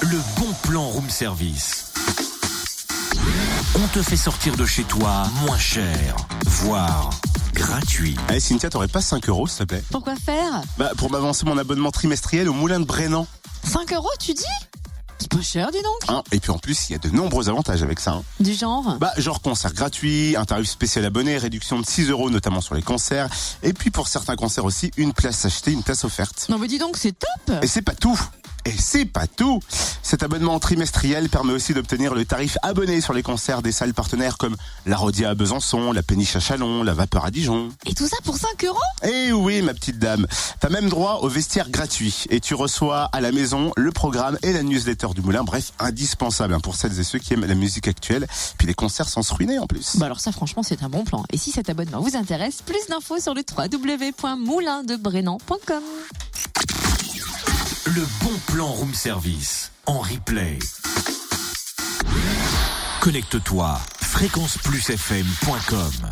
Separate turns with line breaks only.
le bon plan room service. On te fait sortir de chez toi moins cher, voire gratuit.
Eh Cynthia, t'aurais pas 5 euros s'il te plaît
Pourquoi faire
Bah pour m'avancer mon abonnement trimestriel au Moulin de Brennan.
5 euros, tu dis C'est pas cher, dis donc.
Hein et puis en plus, il y a de nombreux avantages avec ça. hein.
Du genre
Bah genre concert gratuit, un tarif spécial abonné, réduction de 6 euros notamment sur les concerts, et puis pour certains concerts aussi, une place achetée, une place offerte.
Non mais dis donc, c'est top
Et c'est pas tout et c'est pas tout Cet abonnement trimestriel permet aussi d'obtenir le tarif abonné sur les concerts des salles partenaires comme la Rodia à Besançon, la Péniche à Chalon, la Vapeur à Dijon.
Et tout ça pour 5 euros
Eh oui, ma petite dame, t'as même droit au vestiaire gratuit et tu reçois à la maison le programme et la newsletter du Moulin. Bref, indispensable hein, pour celles et ceux qui aiment la musique actuelle. Puis les concerts sans se ruiner en plus.
Bah alors ça franchement c'est un bon plan. Et si cet abonnement vous intéresse, plus d'infos sur le www.moulindebrenan.com
Le bon plan room service en replay. Connecte-toi fréquenceplusfm.com